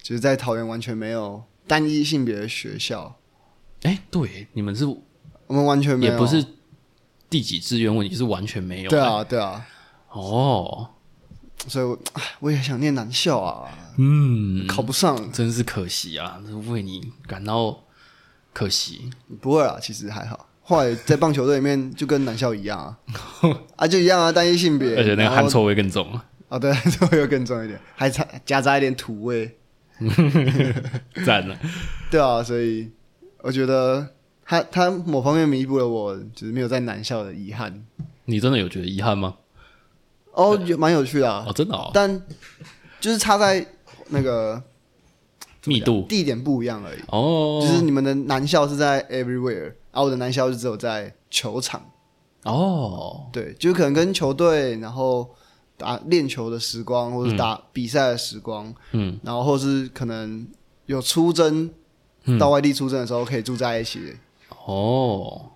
Speaker 1: 就是在桃园完全没有单一性别的学校，
Speaker 2: 哎、对，你们是
Speaker 1: 我们完全没
Speaker 2: 也
Speaker 1: 有，
Speaker 2: 不是第几志愿问题，是完全没有。
Speaker 1: 对，啊对啊，
Speaker 2: 哦，
Speaker 1: 所以我唉我也想念男校啊，
Speaker 2: 嗯，
Speaker 1: 考不上
Speaker 2: 真是可惜啊，为你感到可惜。
Speaker 1: 不会啦，啊其实还好。后来在棒球队里面就跟男校一样 啊，啊就一样啊，单一性别，
Speaker 2: 而且那个
Speaker 1: 然后
Speaker 2: 汗臭味更重。啊
Speaker 1: 哦对， 这会又更重一点，还掺夹杂一点土味，
Speaker 2: 赞了，
Speaker 1: 对啊，所以我觉得他他某方面弥补了我就是没有在男校的遗憾，
Speaker 2: 你真的有觉得遗憾吗？
Speaker 1: 哦，有蛮有趣的啊，
Speaker 2: 哦，真的哦，
Speaker 1: 但就是差在那个
Speaker 2: 密度
Speaker 1: 地点不一样而已。
Speaker 2: 哦，
Speaker 1: 就是你们的男校是在 everywhere，而、我的男校就只有在球场，
Speaker 2: 哦，
Speaker 1: 对，就是可能跟球队，然后打练球的时光，或者打比赛的时光，
Speaker 2: 嗯，
Speaker 1: 然后或是可能有出征
Speaker 2: 嗯
Speaker 1: 到外地出征的时候可以住在一起，
Speaker 2: 哦，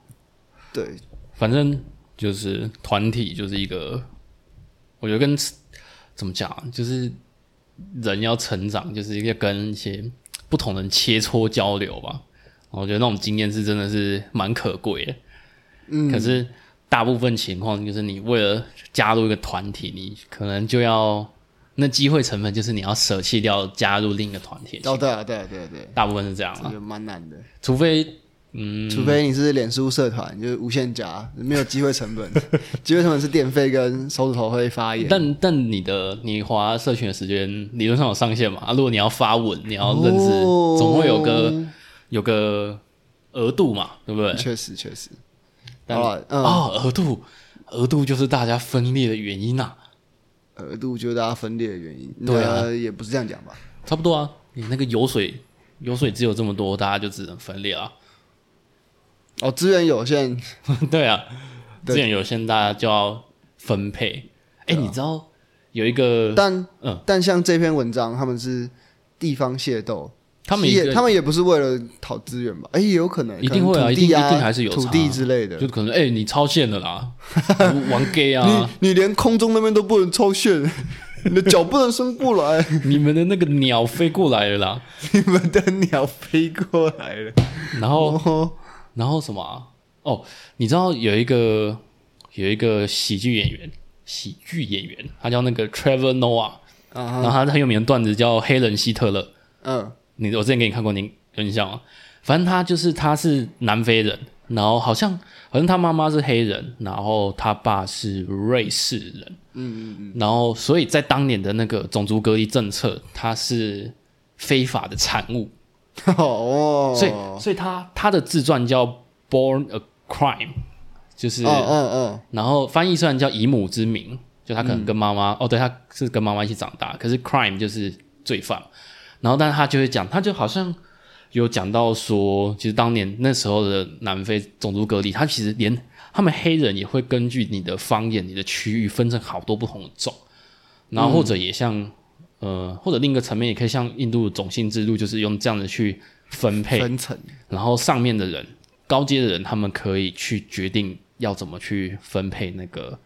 Speaker 1: 对，
Speaker 2: 反正就是团体就是一个，我觉得跟怎么讲啊，就是人要成长，就是要跟一些不同人切磋交流吧。我觉得那种经验是真的是蛮可贵的。
Speaker 1: 嗯，
Speaker 2: 可是大部分情况就是你为了加入一个团体，你可能就要那机会成本就是你要舍弃掉加入另一个团体的机会，
Speaker 1: 哦，对啊，对啊，对啊，对啊，
Speaker 2: 大部分是这样
Speaker 1: 这
Speaker 2: 啊，
Speaker 1: 个蛮难的，
Speaker 2: 除非嗯，
Speaker 1: 除非你是脸书社团，就是无限夹，没有机会成 本，机会成本是电费跟手指头会发炎，
Speaker 2: 但但你的你划社群的时间理论上有上限嘛？啊，如果你要发文，你要认识，
Speaker 1: 哦
Speaker 2: 总会有个有个额度嘛，对不对？
Speaker 1: 确实确实，
Speaker 2: 但
Speaker 1: 好了，嗯，
Speaker 2: 哦，额度，额度就是大家分裂的原因啊呐、
Speaker 1: 额度就是大家分裂的原因。
Speaker 2: 对啊
Speaker 1: 呃也不是这样讲吧？
Speaker 2: 差不多啊。你那个油水油水只有这么多，大家就只能分裂啊。
Speaker 1: 哦，资源有限，
Speaker 2: 对啊，资源有限，大家就要分配。哎、
Speaker 1: 啊
Speaker 2: 你知道有一个，
Speaker 1: 但
Speaker 2: 嗯，
Speaker 1: 但像这篇文章，他们是地方械斗，
Speaker 2: 他们一
Speaker 1: 也
Speaker 2: 个
Speaker 1: 他们也不是为了讨资源吧？哎，也有可能，
Speaker 2: 一定会啊
Speaker 1: 可能土
Speaker 2: 一
Speaker 1: 地
Speaker 2: 定
Speaker 1: 啊，
Speaker 2: 一定还是有差
Speaker 1: 土地之类的
Speaker 2: 就。可能哎、你超限了啦，玩 gay 啊。
Speaker 1: 你你连空中那边都不能超线， 你的脚不能伸过来，
Speaker 2: 你们的那个鸟飞过来了啦，
Speaker 1: 你们的鸟飞过来了。
Speaker 2: 然后
Speaker 1: 哦，
Speaker 2: 然后什么啊、哦，你知道有一个有一个喜剧演员，喜剧演员，他叫那个 Trevor Noah，、
Speaker 1: 啊
Speaker 2: 然后他很有名的段子叫黑人希特勒，
Speaker 1: 嗯
Speaker 2: 你我之前给你看过，你有印象吗？反正他就是他是南非人，然后好像好像他妈妈是黑人，然后他爸是瑞士人，嗯嗯嗯，然后所以在当年的那个种族隔离政策，它是非法的产物，
Speaker 1: 哦，
Speaker 2: 所以所以他他的自传叫《Born a Crime》，就是
Speaker 1: 哦哦
Speaker 2: 然后翻译虽然叫以母之名，就他可
Speaker 1: 嗯
Speaker 2: 能跟妈妈、哦，对，他是跟妈妈一起长大，可是 crime 就是罪犯，然后但是他就会讲，他就好像有讲到说，其实当年那时候的南非种族隔离，他其实连他们黑人也会根据你的方言、你的区域分成好多不同的种，然后或者也像、呃，或者另一个层面也可以像印度的种姓制度，就是用这样的去分
Speaker 1: 哦，
Speaker 2: 配
Speaker 1: 分层，
Speaker 2: 然后上面的人、高阶的人，他们可以去决定要怎么去分配那个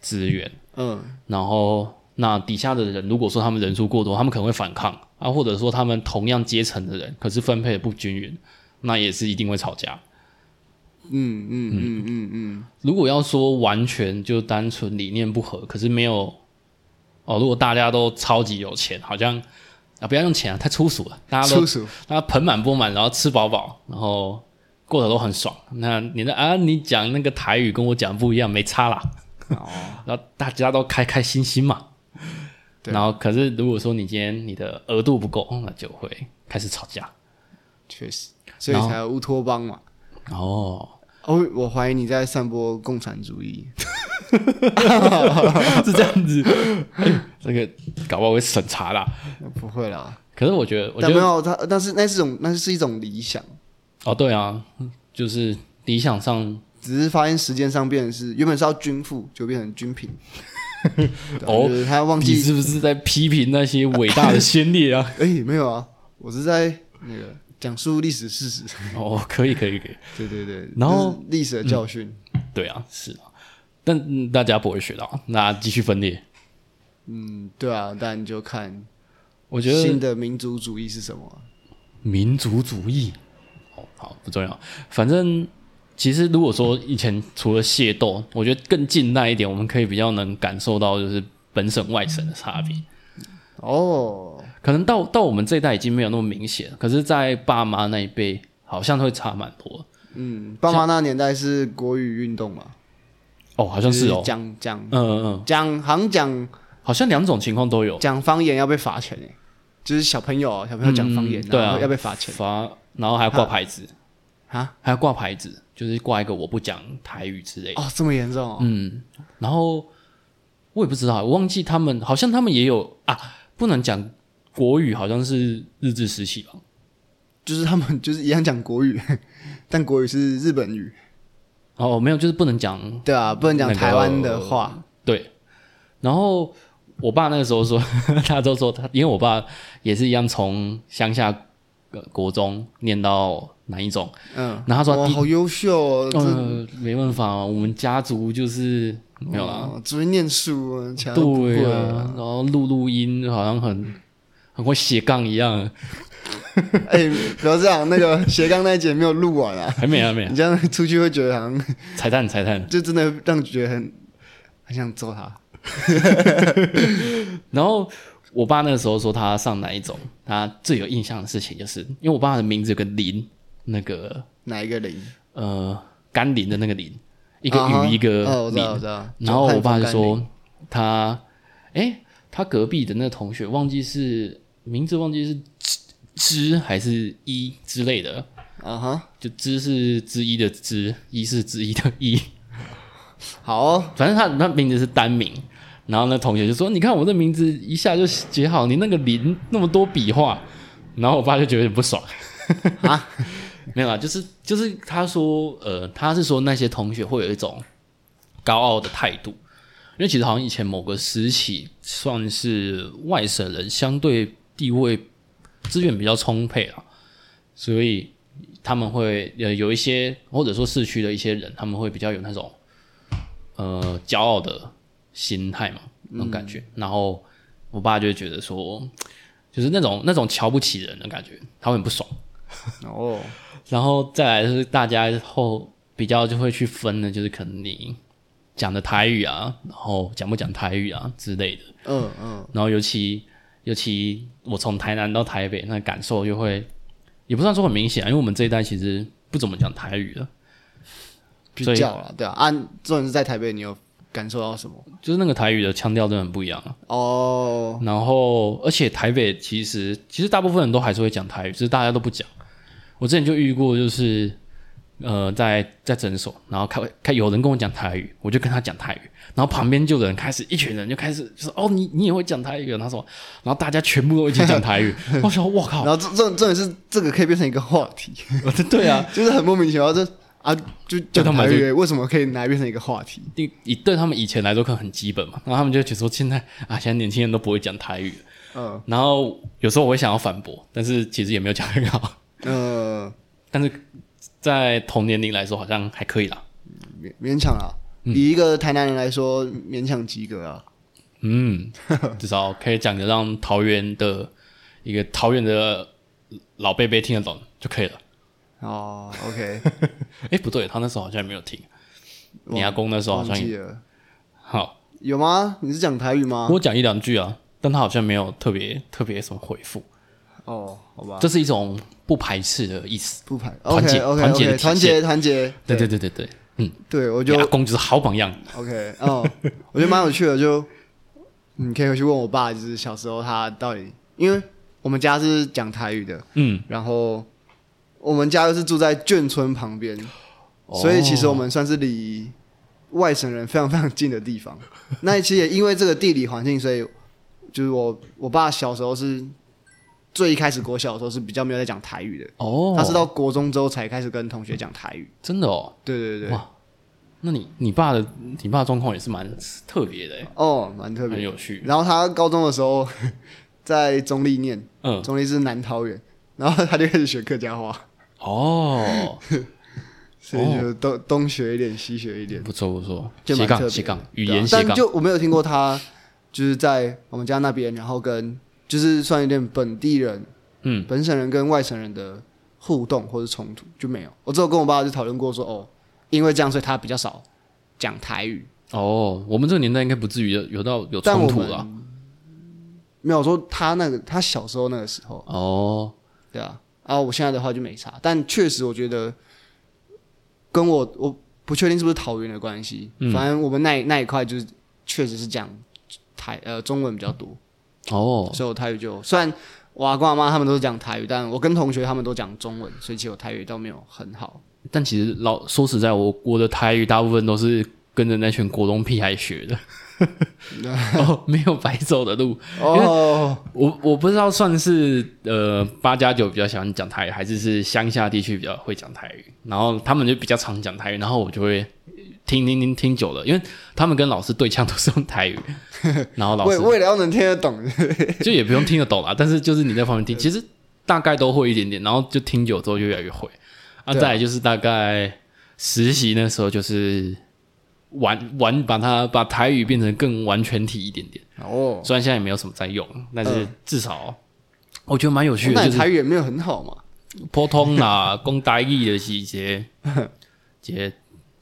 Speaker 2: 资源。
Speaker 1: 嗯，
Speaker 2: 然后，那底下的人如果说他们人数过多，他们可能会反抗啊，或者说他们同样阶层的人，可是分配的不均匀，那也是一定会吵架。嗯嗯嗯嗯嗯。如果要说完全就单纯理念不合，可是没有哦，如果大家都超级有钱，好像啊不要用钱啊，太粗俗了，大家都
Speaker 1: 粗俗，
Speaker 2: 他盆满钵满，然后吃饱饱，然后过得都很爽。那你的啊，你讲那个台语跟我讲不一样，没差啦。哦， 然后大家都开开心心嘛。
Speaker 1: 对
Speaker 2: 然后，可是如果说你今天你的额度不够，那就会开始吵架。
Speaker 1: 确实，所以才有乌托邦嘛。
Speaker 2: 哦，
Speaker 1: 哦，我怀疑你在散播共产主义，
Speaker 2: 哦 是这样子，哎这个搞不好会审查啦。
Speaker 1: 不会啦，
Speaker 2: 可是我觉得，我觉
Speaker 1: 但没
Speaker 2: 得，
Speaker 1: 有他，但是那是一种，那是一种理想，
Speaker 2: 哦，对啊，就是理想上，
Speaker 1: 只是发现时间上变成是原本是要均富，就变成均 贫。对啊
Speaker 2: 哦
Speaker 1: 就是他忘
Speaker 2: 你
Speaker 1: 记，
Speaker 2: 是不是在批评那些伟大的先烈 啊？
Speaker 1: 哎、没有啊，我是在那个讲述历史事实。
Speaker 2: 哦，可以，可以，可以。
Speaker 1: 对对对，
Speaker 2: 然后
Speaker 1: 这是历史的教训，
Speaker 2: 对啊，是啊，但嗯大家不会学到，那继续分裂。
Speaker 1: 嗯，对啊，但你就看
Speaker 2: 我觉得
Speaker 1: 新的民族主义是什么啊、
Speaker 2: 民族主义，哦，好不重要，反正其实如果说以前除了械斗，我觉得更近代一点，我们可以比较能感受到就是本省外省的差别。
Speaker 1: 哦，
Speaker 2: 可能到到我们这一代已经没有那么明显，可是，在爸妈那一辈好像会差蛮多。
Speaker 1: 嗯，爸妈那年代是国语运动嘛，
Speaker 2: 哦，好像是
Speaker 1: 就
Speaker 2: 哦，
Speaker 1: 讲讲
Speaker 2: 嗯嗯嗯，
Speaker 1: 讲，好像讲
Speaker 2: 好像两种情况都有。
Speaker 1: 讲方言要被罚钱哎、就是小朋友小朋友讲方言，
Speaker 2: 嗯对
Speaker 1: 然
Speaker 2: 啊
Speaker 1: 后，要被罚钱
Speaker 2: 罚，然后还要挂牌子，
Speaker 1: 啊？
Speaker 2: 还要挂牌子，就是挂一个我不讲台语之类的。
Speaker 1: 哦，这么严重、哦？
Speaker 2: 嗯，然后我也不知道，我忘记他们好像他们也有啊，不能讲国语，好像是日治时期吧？
Speaker 1: 就是他们就是一样讲国语，但国语是日本语，
Speaker 2: 哦，没有，就是不能讲
Speaker 1: 对啊，不能讲
Speaker 2: 那个
Speaker 1: 台湾的话。
Speaker 2: 对。然后我爸那个时候说， 他都说他，因为我爸也是一样从乡下、呃国中念到南一中，
Speaker 1: 嗯，
Speaker 2: 然后他说
Speaker 1: 哇，
Speaker 2: 第
Speaker 1: 好优秀哦，这、
Speaker 2: 呃，没办法、我们家族就是没有啦，
Speaker 1: 哦，只会念书啊，其他都不
Speaker 2: 对
Speaker 1: 会
Speaker 2: 啊，然后录录音好像很很会斜杠一样，
Speaker 1: 哎、不要这样，那个斜杠那一节没有录完啊，
Speaker 2: 还没还 没
Speaker 1: 你这样出去会觉得好像
Speaker 2: 彩蛋彩蛋。
Speaker 1: 就真的让觉得很很想揍他。
Speaker 2: 然后我爸那时候说他上哪一种，他最有印象的事情就是，因为我爸的名字有个林，那个
Speaker 1: 哪一个零？
Speaker 2: 呃甘霖的那个霖，一个
Speaker 1: 啊哈
Speaker 2: 雨一个
Speaker 1: 哦，我知
Speaker 2: 霖。
Speaker 1: 道，我知道。
Speaker 2: 然后我爸
Speaker 1: 汉服甘
Speaker 2: 就
Speaker 1: 霖，
Speaker 2: 说他，哎，他隔壁的那个同学忘记是名字忘记是之之还是一之类的，
Speaker 1: 啊哈，
Speaker 2: 就之是之一的之，一是之一的一。
Speaker 1: 好哦，
Speaker 2: 反正他他名字是单名，然后那同学就说：“你看我这名字一下就写好，你那个林那么多笔画。”然后我爸就觉得有点不爽。没有啊，就是就是他说，呃，他是说那些同学会有一种高傲的态度，因为其实好像以前某个时期算是外省人相对地位资源比较充沛啊，所以他们会呃有一些或者说市区的一些人，他们会比较有那种呃骄傲的心态嘛，那种感觉。然后我爸就会觉得说，就是那种那种瞧不起人的感觉，他会很不爽。
Speaker 1: 哦，
Speaker 2: 然后再来就是大家后比较就会去分的，就是可能你讲的台语啊，然后讲不讲台语啊之类的。
Speaker 1: 嗯嗯，
Speaker 2: 然后尤其尤其我从台南到台北，那感受就会也不算说很明显啊，因为我们这一代其实不怎么讲台语了。
Speaker 1: 比
Speaker 2: 所以
Speaker 1: 较了，对啊，啊，重点是在台北，你有感受到什么？
Speaker 2: 就是那个台语的腔调真的很不一样啊。
Speaker 1: 哦，
Speaker 2: 然后，而且台北其实其实大部分人都还是会讲台语，只是大家都不讲。我之前就遇过，就是呃，在在诊所，然后开开有人跟我讲台语，我就跟他讲台语，然后旁边就有人开始一群人就开始就说哦，你你也会讲台语啊，然后什么，然后大家全部都一起讲台语，我想我靠
Speaker 1: 然，后这重重点是这个可以变成一个话题，
Speaker 2: 对啊，
Speaker 1: 就是很莫名其妙，这啊就
Speaker 2: 就他
Speaker 1: 讲
Speaker 2: 们
Speaker 1: 台语，为什么可以拿来变成一个话题？
Speaker 2: 以以对他们以前来说可能很基本嘛，然后他们就觉得说现在啊，现在年轻人都不会讲台语了，
Speaker 1: 嗯
Speaker 2: 然后有时候我会想要反驳，但是其实也没有讲很好。
Speaker 1: 呃，
Speaker 2: 但是在同年龄来说，好像还可以啦。
Speaker 1: 勉勉强啊，以一个台南人来说，勉强及格啊。
Speaker 2: 嗯， 至少可以讲的让桃园的一个桃园的老贝贝听得懂就可以了。
Speaker 1: 哦，OK，
Speaker 2: 哎、不对，他那时候好像也没有听，
Speaker 1: 忘
Speaker 2: 你阿公那时候好
Speaker 1: 忘
Speaker 2: 像也
Speaker 1: 记了，
Speaker 2: 好，
Speaker 1: 有吗？你是讲台语吗？
Speaker 2: 我讲一两句啊，但他好像没有特别特别什么回复，
Speaker 1: 哦，好吧，
Speaker 2: 这是一种不排斥的意思。
Speaker 1: 不排
Speaker 2: 团结
Speaker 1: OK OK
Speaker 2: 团结的
Speaker 1: OK，
Speaker 2: 体
Speaker 1: 团结团结，
Speaker 2: 对对对对对，嗯，
Speaker 1: 对，我
Speaker 2: 你
Speaker 1: 就
Speaker 2: 阿公就是好榜样。
Speaker 1: OK，哦，我觉得蛮有趣的，就你可以回去问我爸，就是小时候他到底，因为我们家是讲台语的，
Speaker 2: 嗯，
Speaker 1: 然后我们家又是住在眷村旁边，
Speaker 2: 哦
Speaker 1: 所以其实我们算是离外省人非常非常近的地 方。那其实也因为这个地理环境，所以就是我我爸小时候是最一开始国小的时候是比较没有在讲台语的，
Speaker 2: 哦，
Speaker 1: 他是到国中之后才开始跟同学讲台语。
Speaker 2: 真的哦，
Speaker 1: 对对对对，
Speaker 2: 哇，那你你爸的你爸的状况也是蛮特别的欸，
Speaker 1: 哦，蛮特别
Speaker 2: 很。有趣。
Speaker 1: 然后他高中的时候 在中立念，
Speaker 2: 嗯，
Speaker 1: 中立是南桃园，然后他就开始学客家话，
Speaker 2: 哦，
Speaker 1: 所以就东、东学一点，西学一点，
Speaker 2: 不错不错，
Speaker 1: 就
Speaker 2: 斜
Speaker 1: 蛮特别
Speaker 2: 杠
Speaker 1: 的
Speaker 2: 斜杠
Speaker 1: 对啊
Speaker 2: 语言斜
Speaker 1: 但
Speaker 2: 杠，
Speaker 1: 就我没有听过他就是在我们家那边，然后跟就是算有点本地人、
Speaker 2: 嗯，
Speaker 1: 本省人跟外省人的互动或者冲突就没有。我只有跟我爸就讨论过说，哦，因为这样，所以他比较少讲台语，
Speaker 2: 哦，我们这个年代应该不至于有有到有
Speaker 1: 但
Speaker 2: 冲
Speaker 1: 我
Speaker 2: 突啊
Speaker 1: 们
Speaker 2: 了。
Speaker 1: 没有我说他那个他小时候那个时候。
Speaker 2: 哦，
Speaker 1: 对啊，啊，我现在的话就没差，但确实我觉得跟我我不确定是不是桃园的关系，
Speaker 2: 嗯
Speaker 1: 反正我们那一那一块就是确实是讲台呃中文比较多，
Speaker 2: 哦，
Speaker 1: 所以我台语就虽然我阿公阿妈他们都是讲台语，但我跟同学他们都讲中文，所以其实我台语都没有很好。
Speaker 2: 但其实老说实在，我我的台语大部分都是跟着那群国中屁孩 学的，哦，没有白走的路。
Speaker 1: 哦，
Speaker 2: 我我不知道算是呃八加九比较喜欢讲台语，还是是乡下地区比较会讲台语，然后他们就比较常讲台语，然后我就会听听听听久了，因为他们跟老师对呛都是用台语，然后老
Speaker 1: 为
Speaker 2: 师
Speaker 1: 为了要能听得懂，
Speaker 2: 就也不用听得懂啦，但是就是你在旁边听，其实大概都会一点点，然后就听久之后就越来越会。啊，
Speaker 1: 对啊
Speaker 2: 再来就是大概实习那时候就是完完把它把台语变成更完全体一点点，
Speaker 1: 哦，
Speaker 2: 虽然现在也没有什么在用，但是至少嗯我觉得蛮有趣的，
Speaker 1: 那
Speaker 2: 就
Speaker 1: 你台
Speaker 2: 是
Speaker 1: 语也没有很好嘛？
Speaker 2: 普通啦， 讲台语的是一些 一些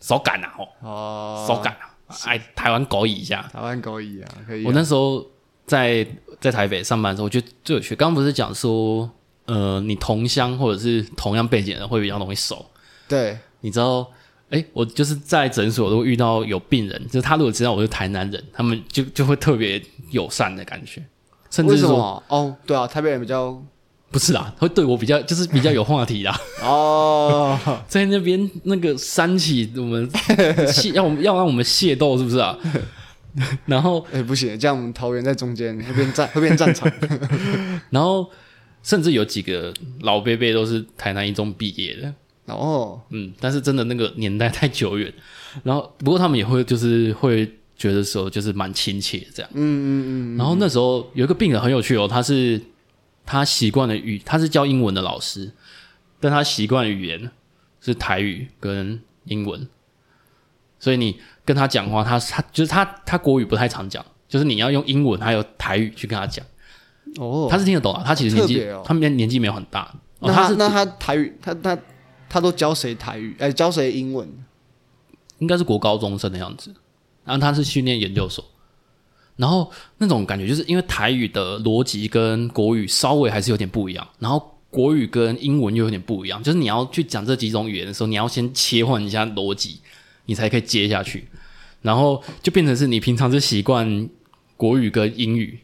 Speaker 2: 手感啊，吼，
Speaker 1: 哦，
Speaker 2: 手感啊，哎，台湾狗语一下。
Speaker 1: 台湾高一啊，可以啊、
Speaker 2: 我那时候在在台北上班的时候，我觉得最有趣。刚刚不是讲说，呃，你同乡或者是同样背景的人会比较容易熟。
Speaker 1: 对，
Speaker 2: 你知道，哎、我就是在诊所都会遇到有病人，就是他如果知道我是台南人，他们就就会特别友善的感觉，甚至
Speaker 1: 为
Speaker 2: 是
Speaker 1: 什
Speaker 2: 说
Speaker 1: 么？哦，对啊，台北人比较
Speaker 2: 不是啦，会对我比较就是比较有话题啦。
Speaker 1: 哦。
Speaker 2: 在那边那个煽起我们械要我们要让我们械斗，是不是啊？然后
Speaker 1: 哎、不行，这样我们桃园在中间会变战，会变战 场。
Speaker 2: 然后甚至有几个老伯伯都是台南一中毕业的，
Speaker 1: 然后
Speaker 2: 嗯，但是真的那个年代太久远。然后不过他们也会就是会觉得说就是蛮亲切这样，嗯嗯嗯。然后那时候有一个病人很有趣哦，他是他习惯了语，他是教英文的老师，但他习惯语言是台语跟英文，所以你跟他讲话，他他就是他他国语不太常讲，就是你要用英文还有台语去跟他讲。
Speaker 1: 哦，
Speaker 2: 他是听得懂啊，他其实年
Speaker 1: 好
Speaker 2: 纪
Speaker 1: 特别，哦
Speaker 2: 他们年纪没有很大。哦，
Speaker 1: 那他
Speaker 2: 是
Speaker 1: 那他台语，他他他都教谁台语？哎、教谁英文？
Speaker 2: 应该是国高中生的样子，然后他是训练研究所，然后那种感觉就是因为台语的逻辑跟国语稍微还是有点不一样，然后国语跟英文又有点不一样，就是你要去讲这几种语言的时候，你要先切换一下逻辑，你才可以接下去。然后就变成是你平常是习惯国语跟英语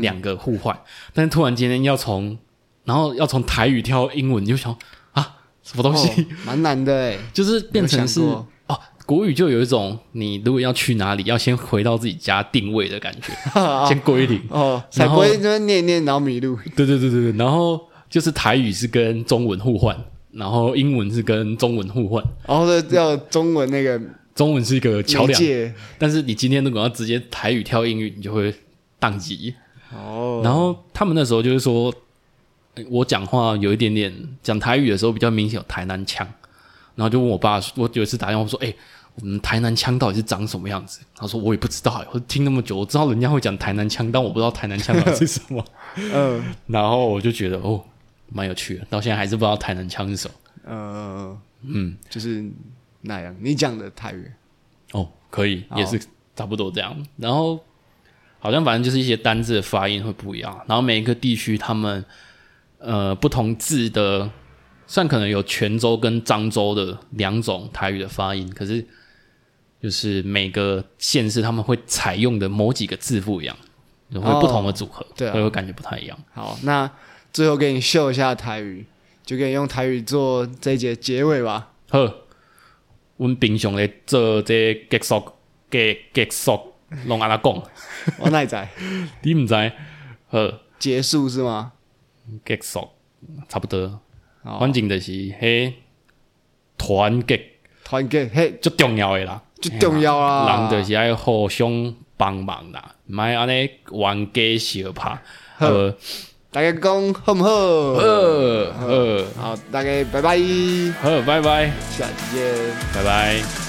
Speaker 2: 两个互换，但是突然今天要从，然后要从台语跳英文，你就想啊，什么东西？
Speaker 1: 哦蛮、难的哎。
Speaker 2: 就是变成是
Speaker 1: 有想过
Speaker 2: 哦，国语就有一种你如果要去哪里，要先回到自己家定位的感 觉，先归零。
Speaker 1: 哦，才不会就是念一念然后迷路。
Speaker 2: 对对对对对，然后就是台语是跟中文互换，然后英文是跟中文互换，
Speaker 1: 然后呢要哦中文那个
Speaker 2: 中文是一个桥
Speaker 1: 媒
Speaker 2: 梁。
Speaker 1: 介
Speaker 2: 但是你今天如果要直接台语跳英语，你就会宕机。
Speaker 1: 哦，
Speaker 2: 然后他们那时候就是说，呃我讲话有一点点讲台语的时候比较明显有台南腔，然后就问我爸，我有一次打电话说，哎、我们台南腔到底是长什么样子？他说我也不知道、我听那么久，我知道人家会讲台南腔，但我不知道台南腔到底是什么。
Speaker 1: 嗯
Speaker 2: 然后我就觉得哦，蛮有趣的，到现在还是不知道台南腔是什么。
Speaker 1: 呃，
Speaker 2: 嗯，
Speaker 1: 就是那样。你讲的台语，
Speaker 2: 哦，可以，
Speaker 1: 好
Speaker 2: 也是差不多这样。然后好像反正就是一些单字的发音会不一样，然后每一个地区他们呃不同字的，算可能有泉州跟漳州的两种台语的发音，可是就是每个县市他们会采用的某几个字不一样，会有不同的组合，
Speaker 1: 对啊
Speaker 2: 所以会感觉不太一样。
Speaker 1: 好，那最后给你秀一下台语，就给你用台语做这一节结尾吧。
Speaker 2: 好，阮平常咧做这结束结结束，拢安那讲，
Speaker 1: 我奈仔，
Speaker 2: 你毋知好。
Speaker 1: 结束是吗？
Speaker 2: 结束，差不多。
Speaker 1: 好，
Speaker 2: 反正就是迄团结
Speaker 1: 团结嘿，
Speaker 2: 最重要的啦，
Speaker 1: 最重要啊啦
Speaker 2: 人就是爱互相帮忙啦，毋爱安尼冤家相拍。
Speaker 1: 好
Speaker 2: 呃
Speaker 1: 大家讲好不好？
Speaker 2: 呃呃，
Speaker 1: 好，大家拜拜，
Speaker 2: 好，拜拜，
Speaker 1: 下期见。
Speaker 2: 拜拜。